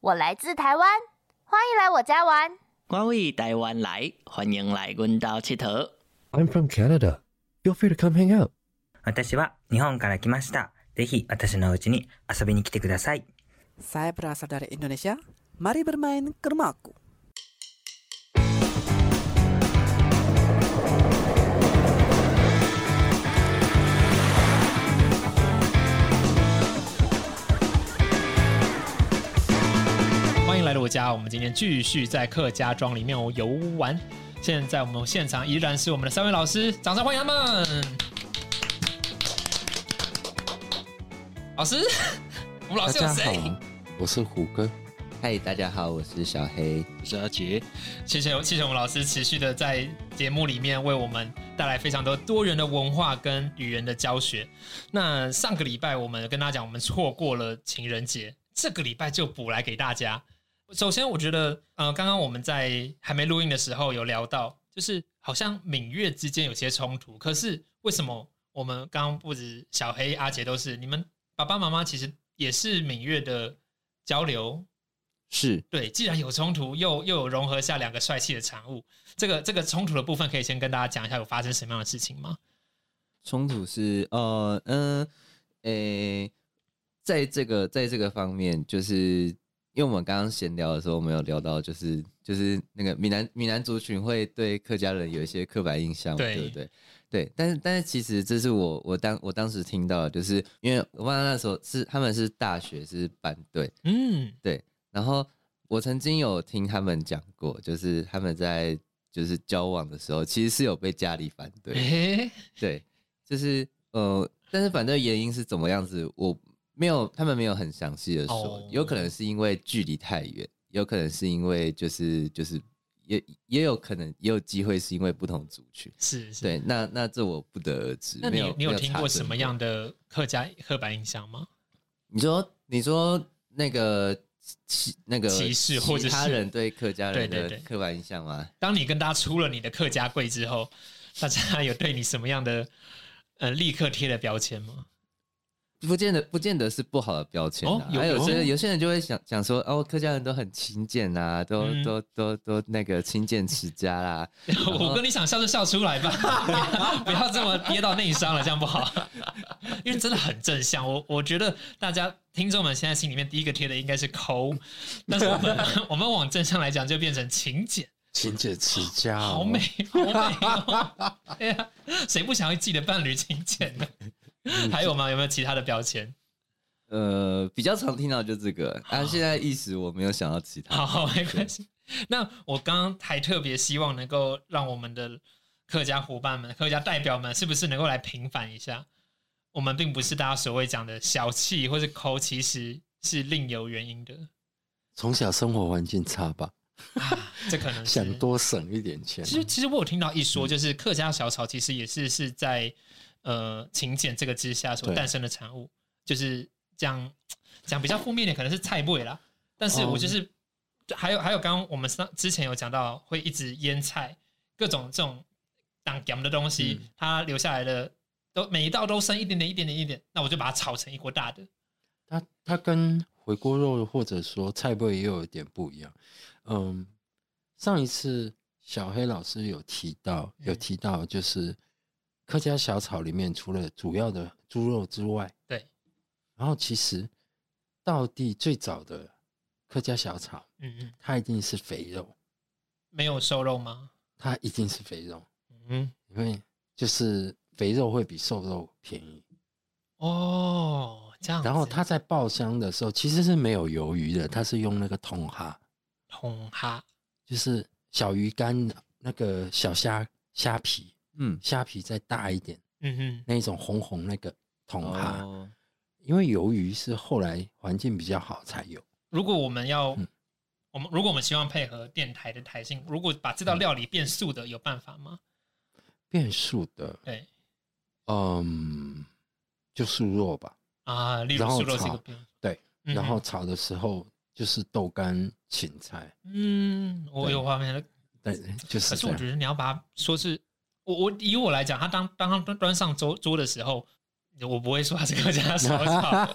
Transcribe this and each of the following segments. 我来自台湾，欢迎来我家玩。我为台湾来，欢迎来阮家佚佗。 I'm from Canada. Feel free to come hang out. 私は日本から来ました。ぜひ私の家に遊びに来てください。 Saya berasal dari Indonesia. Mari bermain ke rumahku. 欢迎来到我家，我们今天继续在客家庄里面游玩。现在我们现场依然是我们的三位老师，掌声欢迎他们。老师，我们老大师有家好谁？，我是虎哥。嗨，大家好，我是小黑。我是阿杰，谢谢谢谢我们老师持续的在节目里面为我们带来非常多多元的文化跟语言的教学。那上个礼拜我们跟大家讲，我们错过了情人节，这个礼拜就补来给大家。首先，我觉得呃，刚刚我们在还没录音的时候有聊到，就是好像闽粤之间有些冲突，可是为什么我们刚刚不止小黑、阿杰都是你们爸爸妈妈其实也是闽粤的交流是对，既然有冲突，又又有融合下两个帅气的产物，这个这个冲突的部分，可以先跟大家讲一下有发生什么样的事情吗？冲突是呃嗯诶、在这个在这个方面，就是因为我们刚刚闲聊的时候，我们有聊到，就是就是那个闽南闽南族群会对客家人有一些刻板印象嘛，对对不对？对，但是但是其实这是我我当我当时听到的，就是因为我妈那时候是他们是大学是班队，嗯，然后我曾经有听他们讲过，就是他们在就是交往的时候，其实是有被家里反对的，诶，对，就是呃，但是反对原因是怎么样子，我没有，他们没有很详细的说，哦有可能是因为距离太远，有可能是因为就是就是也也有可能也有机会是因为不同族群。是是。对，那那这我不得而知。那没你有你有没有听查过证什么样的客家刻板印象吗？你说你说那个歧那个歧视或者其他是人对客家对人对的对刻板印象吗？当你跟大家出了你的客家柜之后，大家有对你什么样的呃立刻贴的标签 吗？不见得，不见得是不好的标签、啊。哦有还有有些哦人有些人就会想想说，哦，客家人都很勤俭啊，都、嗯都都都那个勤俭持家啦。我跟你想笑就笑出来吧， 不要这么憋到内伤了，这样不好。 因为真的很正向，我我觉得大家听众们现在心里面第一个贴的应该是抠，但是我 们我们往正向来讲就变成勤俭，勤俭持家、哦，好美，好美、哦。 对呀、谁不想要自己的伴侣勤俭 呢？嗯还有吗？有没有其他的标签？呃，比较常听到就这个。啊，现在一时我没有想到其 他。好，没关系。那我刚刚还特别希望能够让我们的客家伙伴们、客家代表们，是不是能够来平反一下？我们并不是大家所谓讲的小气或是抠，其实是另有原因的从小生活环境差吧，啊。这可能是想多省一点钱。啊其实，其实我有听到一说，就是客家小炒其实也是是在呃勤俭这个之下所对诞生的产物，就是讲讲比较负面一点，可能是菜味啦。但是我就是、还有还有，刚刚我们上之前有讲到，会一直腌菜，各种这种挡盐的东西，它留下来的都每一道都剩一点点、一点点、一点，那我就把它炒成一锅大的。它它跟回锅肉或者说菜味也有一点不一样。嗯，上一次小黑老师有提到，有嗯提到就是客家小炒里面除了主要的猪肉之外，对，然后其实道地最早的客家小炒，嗯嗯，它一定是肥肉，没有瘦肉吗？它一定是肥肉，嗯，因为就是肥肉会比瘦肉便宜。哦，这样子。然后它在爆香的时候其实是没有鱿鱼的，它是用那个桶哈，红哈，就是小鱼干那个小虾虾皮，嗯，虾皮再大一点嗯嗯。那一种红红那个桶哈，哦，因为鱿鱼是后来环境比较好才有。如果我们要，嗯我们如果我们希望配合电台的台性，如果把这道料理变素的，有办法吗？嗯变数的，对嗯，就素肉吧。啊，例如然后素肉这炒个变，对，嗯然后炒的时候就是豆干、芹菜，嗯，我有画面了。对， 就是可是这我样觉。得你要把它说是，我我以我来讲，他当当他 端端上桌桌的时候，我不会说他是客家小炒，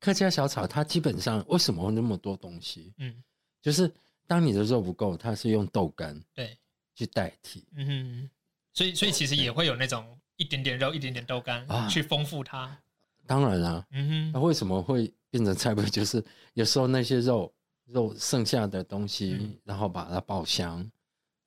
客家小炒它基本上为什么会那么多东西？嗯，就是当你的肉不够，它是用豆干对，去代替。嗯哼，所以所以其实也会有那种一点点肉，一点点豆干、啊去丰富它。当然啦、嗯那哼，为什么会变成菜味？ 就是有时候那些肉肉剩下的东西，嗯然后把它爆香。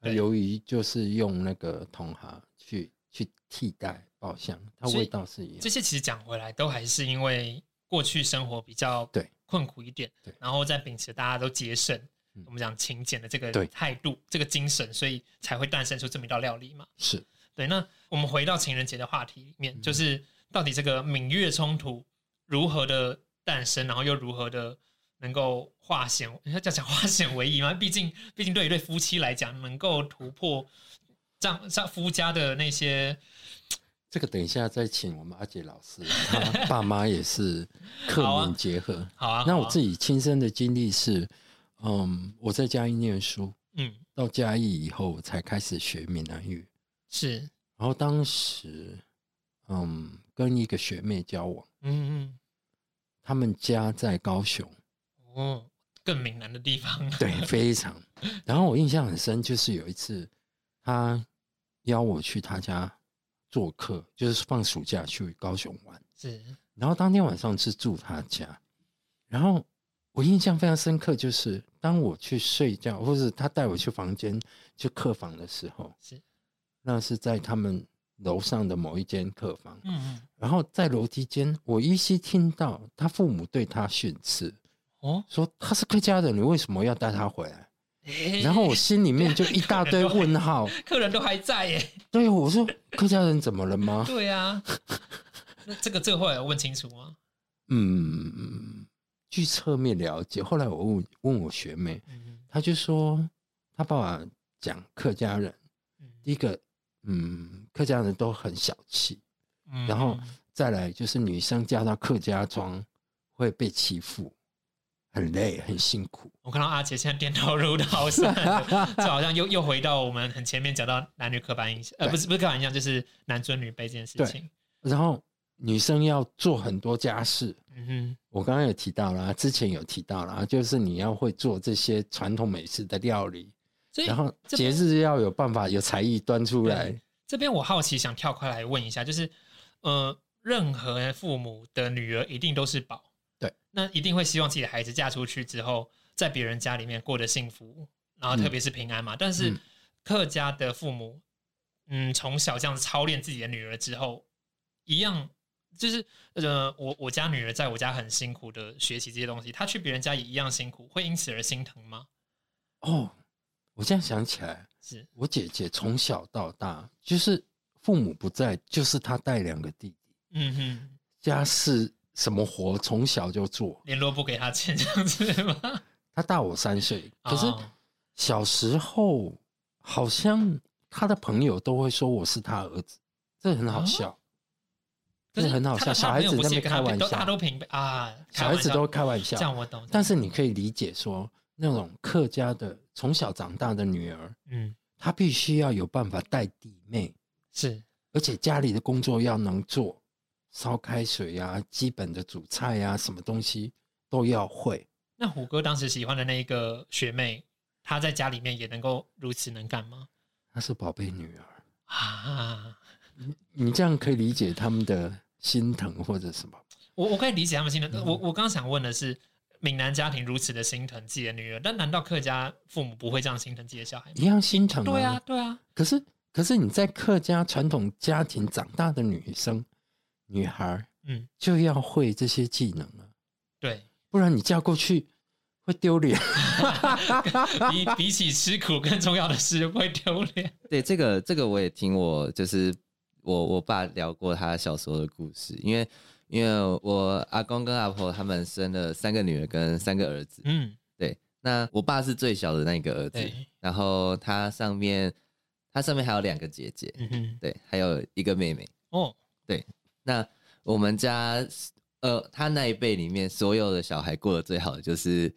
对由于就是用那个铜蛤去去替代爆香，它所以味道是一样这。些其实讲回来，都还是因为过去生活比较对困苦一点对，然后再秉持大家都节省嗯。我们讲勤俭的这个对态度、这个精神，所以才会诞生出这么一道料理嘛。是对，那我们回到情人节的话题里面，嗯就是到底这个闽越冲突如何的诞生，然后又如何的能够化险，要讲讲化险为夷吗？ 毕竟，毕竟对一对夫妻来讲，能够突破丈像夫家的那些，这个，等一下再请我们阿杰 老师，他爸妈也是克好啊民结合。好啊，那我自己，己亲身的经历是，嗯，我在嘉义念书，嗯，到嘉义以后我才开始学闽南语，是，然后当时，嗯，跟一个学妹交往，嗯他们家在高雄，嗯，哦，更闽南的地方，对， 非常。然后我印象很深，就是有一次，他邀我去他家做客，就是放暑假去高雄玩。 是，然后当天晚上是住他家，然后我印象非常深刻，就是当我去睡觉，或者他带我去房间去客房的时候，是那是在他们楼上的某一间客房。嗯嗯，然后在楼梯间，我依稀听到他父母对他训斥，哦，说他是客家人，你为什么要带他回来？诶然后我心里面就一大堆问号。 客人都还在 耶，对，我说客家人怎么了吗？对啊，那这个这个后来有问清楚吗？嗯，据侧面了解，后来我问问我学妹，嗯她就说她爸爸讲客家人，嗯第一个，嗯，客家人都很小气，嗯然后再来就是女生嫁到客家庄会被欺负，很累很辛苦。我看到阿杰现在点头如捣蒜 了，这好像又又回到我们很前面讲到男女刻板印象，呃，对不是不是刻板印象，就是男尊女卑这件事情。然后女生要做很多家事，嗯哼，我刚刚有提到啦，之前有提到啦，就是你要会做这些传统美食的料理，所以然后这节日要有办法有才艺端出来对。这边我好奇想跳开来问一下，就是呃，任何父母的女儿一定都是宝，对，那一定会希望自己的孩子嫁出去之后，在别人家里面过得幸福，然后特别是平安嘛。但是嗯客家的父母，嗯，从小这样子操练自己的女儿之后，一样。就是呃，我我家女儿在我家很辛苦的学习这些东西，她去别人家也一样辛苦，会因此而心疼吗？哦，我现在想起来，是，我姐姐从小到大就是父母不在，就是她带两个弟弟，嗯哼，家事什么活从小就做。联络簿给她签这样子吗？她大我三岁，可是哦小时候好像她的朋友都会说我是她儿子，这很好啊笑。可这很好他的笑他的小孩朋友子不在是那也边跟他开玩比都笑大家都平辈啊，小孩子都开玩笑这样我懂。但是你可以理解说，那种客家的从小长大的女儿，嗯，她必须要有办法带弟妹，是而且家里的工作要能做，烧开水啊、基本的煮菜啊，什么东西都要会。那虎哥当时喜欢的那一个学妹，她在家里面也能够如此能干吗？她是宝贝女儿，啊，你这样可以理解他们的心疼或者什么？我我可以理解他们心疼。嗯我我刚想问的是，闽南家庭如此的心疼自己的女儿，但难道客家父母不会这样心疼自己的小孩吗？一样心疼、对啊，对啊，可是，可是你在客家传统家庭长大的女生、女孩嗯，就要会这些技能啊。 对。不然你嫁过去会丢脸。比比起吃苦，更重要的是会丢脸。对，这个这个我也听我就是我我爸聊过他小时候的故事，因为因为我阿公跟阿婆他们生了三个女儿跟三个儿子，嗯，对，那我爸是最小的那个儿子对，然后他上面他上面还有两个姐姐，嗯哼，对，还有一个妹妹。哦，那我们家呃，他那一辈里面所有的小孩过得最好的就是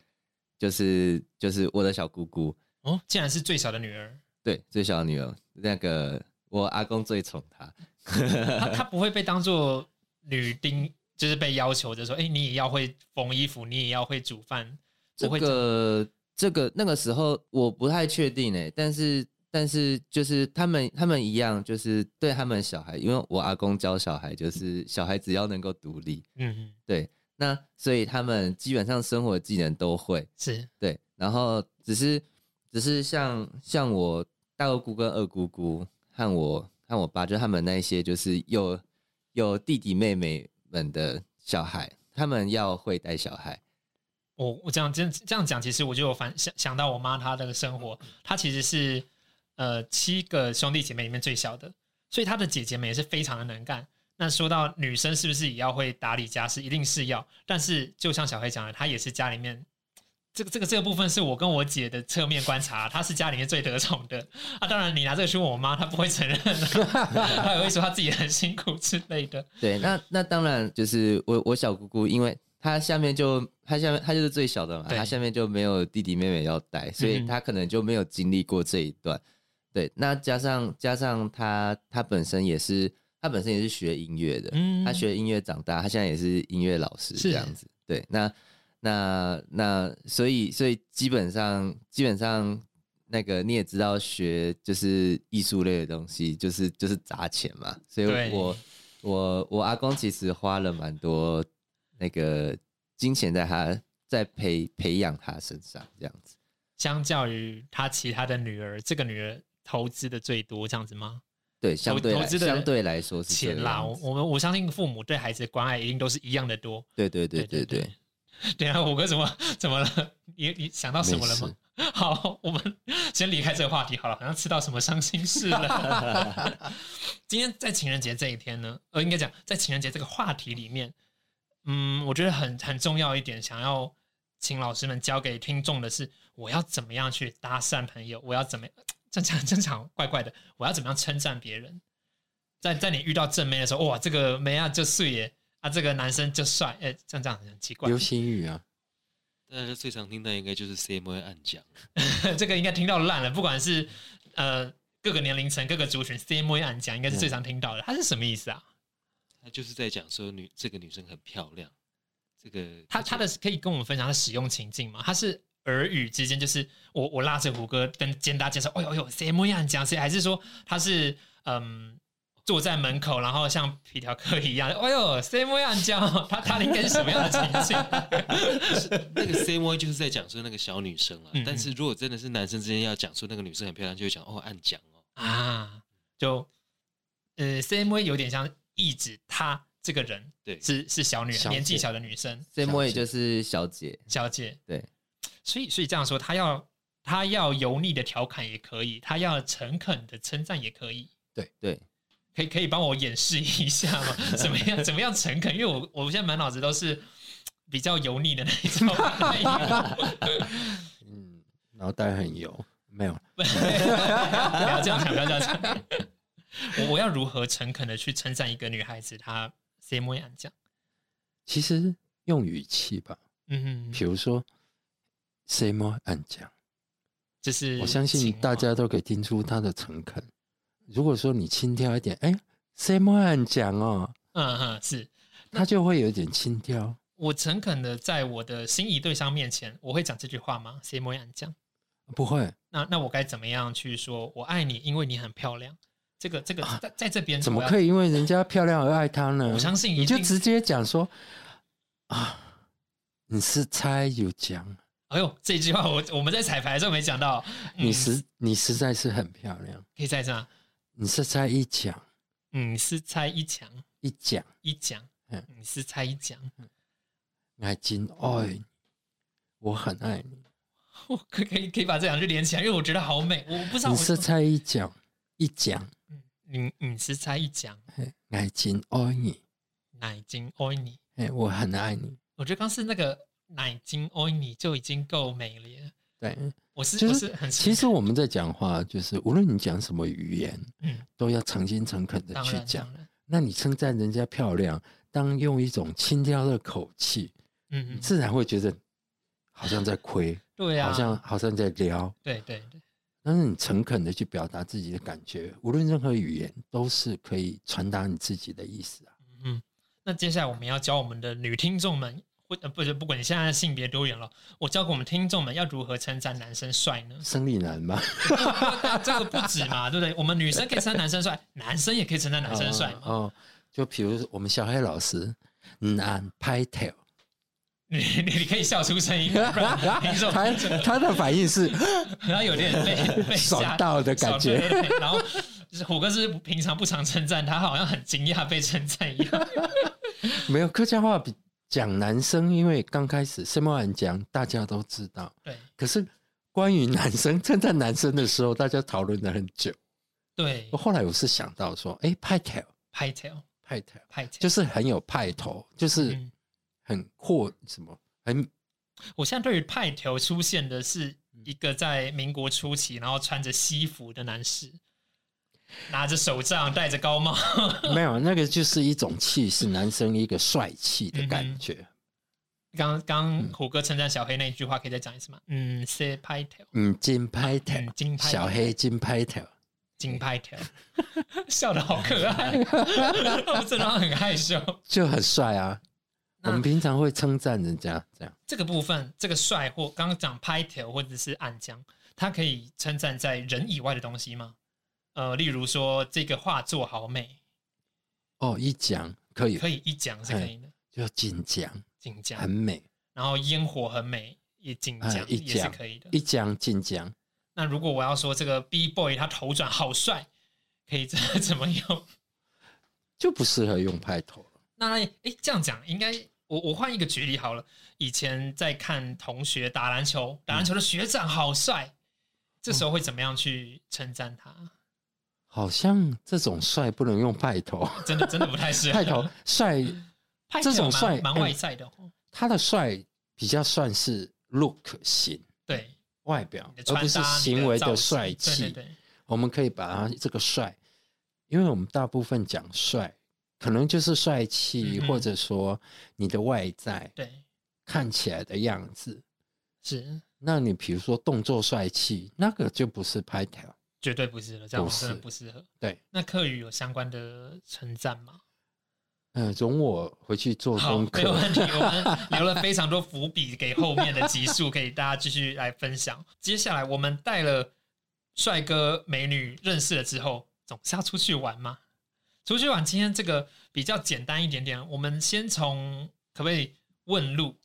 就是就是我的小姑姑，哦，竟然是最小的女儿，对，最小的女儿那个我阿公最宠她。她她不会被当做女丁就是被要求着说，哎、你也要会缝衣服，你也要会煮饭，这我会讲个呃这个那个时候我不太确定诶、但是但是就是他们他们一样，就是对他们小孩，因为我阿公教小孩，就是小孩只要能够独立，嗯，嗯对，那所以他们基本上生活技能都会，是，对，然后只是只是像像我大姑姑跟二姑姑和我和我爸，就他们那一些就是有有弟弟 妹妹们的小孩，他们要会带小孩，我我这样这样这样讲，其实我就有反想想到我妈她的生活，她其实是呃七个兄弟姐妹里面最小的，所以她的姐姐们也是非常的能干。那说到女生是不是也要会打理家事，一定是要。但是就像小黑讲的，她也是家里面这个这个这个部分是我跟我姐的侧面观察，她是家里面最得宠的。啊，当然你拿这个去问我妈，她不会承认、 啊，她也会说她自己很辛苦之类的。对，那那当然就是我我小姑姑，因为她下面就她下面她就是最小的嘛，对她下面就没有弟弟妹妹要带，所嗯以哼她可能就没有经历过这一段。对，那加上加上她她本身也是她本身也是学音乐的，嗯她学音乐长大，她现在也是音乐老师是这样子。对，那那那所以所以基本上基本上。那个你也知道，学就是艺术类的东西，就是就是砸钱嘛，所以对我我我阿公其实花了蛮多那个金钱在他在培培养他身上，这样子。相较于她其他的女儿，这个女儿投资的最多，这样子吗？对，相对来投资的人相对来说是这钱啦，样我子我们我相信父母对孩子的关爱一定都是一样的多。对对对对对对对 对啊，我哥怎么怎么了？你你想到什么了吗？ 好，我们先离开这个话题好了，好像吃到什么伤心事了。 今天在情人节这一天呢，呃，应该讲在情人节这个话题里面，嗯，我觉得很很重要一点，想要请老师们教给听众的是，我要怎么样去搭讪朋友，我要怎么正常正常怪怪的，我要怎么样称赞别人？在在你遇到正妹的时候，哇，这个妹啊就碎耶，啊，这个男生就帅，哎、这样这样很奇怪。流行语啊，大家最常听到应该就是 CMA 暗讲， 这个应该听到烂了，不管是呃各个年龄层、各个族群，CMA 暗讲应该是嗯最常听到的。它是什么意思啊？他就是在讲说女这个女生很漂亮，这 个它它的可以跟我们分享它使用情境吗？它是耳语之间，就是我我拉着胡歌跟肩搭肩说，哎呦哎呦，CMA 暗讲谁？还是说他是嗯？坐在门口，然后像皮条客一样，哎呦，CMA 暗讲，他他应该是什么样的情境？ 那个 CMA 就是在讲说那个小女生啊嗯嗯，但是如果真的是男生之间要讲说那个女生很漂亮，就会讲哦暗讲哦，啊，就呃，CMA 有点像意指她这个人对，是是小女小姐孩，年纪小的女生，C 莫也小姐就是小姐，小姐，对，所以所以这样说，她要她要油腻的调侃也可以，她要诚恳的称赞也可以，对，可以可以帮我演示一下 吗？怎么样怎么样诚恳？因为我我现在满脑子都是比较油腻的那一种内容， 嗯，脑袋很油，没有，不要这样想，不要这样想。我我要如何诚恳的去称赞一个女孩子？她 CMA 这样。其实用语气吧，嗯，比如说 “CMA 暗讲”，就是我相信情大家都可以听出他的诚恳。如果说你轻佻一点，哎，“CMA 暗讲”哦，话，嗯哼，是他就会有一点轻佻。我诚恳的在我的心仪对象面前，我会讲这句话吗？C 莫安讲，不会，那那我该怎么样去说我爱你，因为你很漂亮？这个这个在在这边啊怎么以？可以因为人家漂亮而爱她呢？啊我相信一你就定直接讲说啊，你是猜有奖，哎呦，这句话我我们在彩排的时候没讲到，嗯你实你实在是很漂亮，可以再这样，你是猜一奖嗯，是猜一强一奖一讲，嗯你是猜一讲，爱金爱嗯你，我很爱你，我可可以可以把这两句连起来，因为我觉得好美，我不知道你我是猜一奖一奖你你是猜一讲，爱金爱你，奶精爱你。哎，我很爱你，我觉得刚是那个奶精欧尼就已经够美了耶。对，我是、就我是是很其实我们在讲话，就是无论你讲什么语言，嗯都要诚心诚恳的当去然讲当。然，那你称赞人家漂亮，当用一种轻佻的口气，嗯你嗯，自然会觉得好像在亏，对啊，好像好像在撩。对对对，但是你诚恳的去表达自己的感觉，无论任何语言，都是可以传达你自己的意思啊。嗯，那接下来我们要教我们的女听众们，或呃不是不管你现在性别多元了，我教给我们听众们要如何称赞男生帅呢？生理 男嘛，这个不止嘛，对不对？我们女生可以称赞男生帅，男生也可以称赞男生帅哦嘛。哦，就比如我们小黑老师，男拍头，你你你可以笑出声音， 不然听众他他的反应是然后有点被被吓 爽到的感觉爽到对对对然后就是虎哥是平常不常称赞他，好像很惊讶被称赞一样。没有客家话比讲男生，因为刚开始什么人讲大家都知道，对可是关于男生 称赞男生的时候，大家讨论了很久。对，后来我是想到说，哎，派头派 tail 派头派 tail，就是很有派头，就是嗯很阔什么很我现在对于派头出现的嗯是一个在民国初期，然后穿着西服的男士，拿着手杖，戴着高帽。没有那个就是一种气势，男生一个帅气的感觉。刚刚嗯虎哥称赞小黑那一句话，可以再讲一次吗？嗯，是派头，嗯，金派头嗯，金派头小黑金派头，金派 头，笑的好可爱，我真的很害羞。就很帅啊。我们平常会称赞人家这样，这个部分，这个帅或刚刚讲拍条或者是暗江，它可以称赞在人以外的东西吗？呃，例如说这个画作好美，哦，一讲可以，可以一讲是可以的，就紧讲，紧很讲。美。然后烟火很美，也紧哎讲一也是讲可以的一。讲紧讲，那如果我要说这个 B boy 他头转好帅，可以这 怎么用？就不适合用派头了。那诶，这样讲应该我我换一个举例好了。以前在看同学打篮球，打嗯篮球的学长好帅，这时候会怎么样去称赞他？好像这种帅不能用派头，真的真 的不太适合。 派头帅，派这种蛮帅嗯蛮外在的、哦，他的帅比较算是 look 型对，外表你的，而穿不是搭、你行为造的型帅气。对对对，我们可以把它这个帅，因为我们大部分讲帅，可能就是帅气，嗯哼或者说你的外在对看起来的样子。是那你比如说动作帅气，那个就不是拍条。绝对不适合，这样不我真的是不适合。对，那课语有相关的称赞吗？嗯、容我回去做好，功没有课。问题。我们留了非常多伏笔给后面的集数，给大家继续来分享。接下来我们带了帅哥美女认识了之后，总是要出去玩嘛。出去玩，今天这个比较简单一点点。我们先从可不可以问路？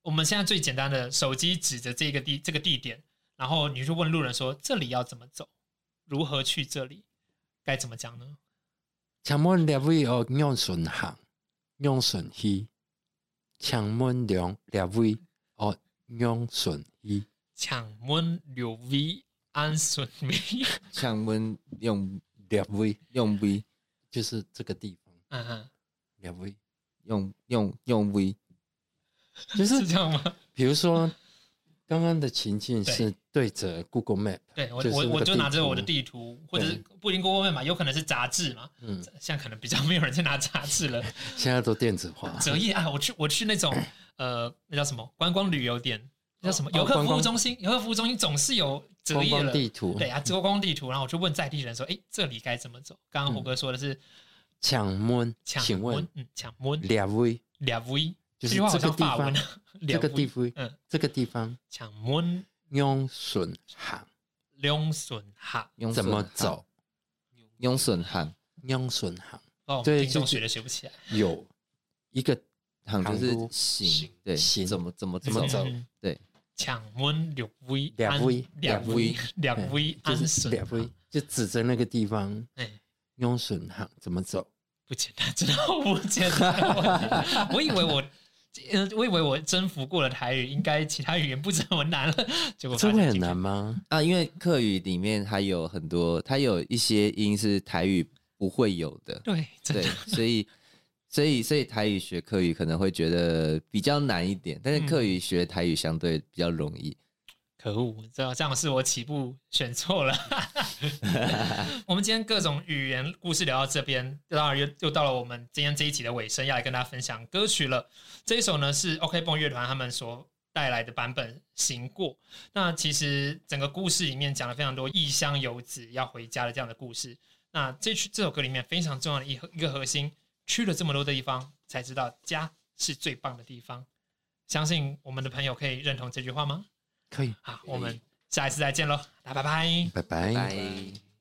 我们现在最简单的，手机指着这个地这个地点，然后你去问路人说这里要怎么走，如何去这里，该怎么讲呢？请问两位哦，用顺行，用顺去。请问两两位哦，用顺去。抢问柳 V 安顺 V，强温用两位用 V 就是这个地方， 嗯哼。两位用用用 V， 就是是这样吗？比如说，刚刚的情境是对着 Google Map，对我是我那个我就地拿着图我的地图，或者是不一定过问嘛，有可能是杂志嘛，嗯，现在可能比较没有人在拿杂志 了。现在都电子化，折页啊，我去我去那种呃，那叫什么观光旅游点，那叫什么游客哦观服务光中心，游客服务中心总是有折观页光了。地图，对啊，折光地图，然后我就问在地人说：“哎，这里该怎么走？”刚嗯刚胡哥说的是抢问， “抢请问问”，嗯，“抢问”两位两 V，就是句话好这个像地法方文，，啊这个地方，方，嗯，这个地方抢问用顺行两顺哈，用怎么笋行走？用损行用顺行哦，我们对听众就学都学不起来。有一个行就是行行行，对，行怎么怎么怎么走嗯对，抢温六位，两位两位，两位就安是神，两位，就指着那个地方哎，用顺行怎么走？不简单，真的好不简 单。我以为我，呃，我以为我征服过了台语，应该其他语言不怎么难了，结果发这现会很今天难吗？啊，因为客语里面还有很多，它有一些音是台语不会有的，对， 真对的，所以所以所以台语学客语可能会觉得比较难一点，嗯但是客语学台语相对比较容易。可恶，这这样是我起步选错了。 我们今天各种语言故事聊到这边，当然又又到了我们今天这一集的尾声，要来跟大家分享歌曲了。这一首呢是 OK 蹦乐团他们所带来的版本《行过》。那其实整个故事里面讲了非常多异乡游子要回家的这样的故事。那这曲这首歌里面非常重要的一核一个核心，去了这么多的地方，才知道家是最棒的地方。相信我们的朋友可以认同这句话吗？可以，好，我们下一次再见喽，大家拜拜。拜拜。拜。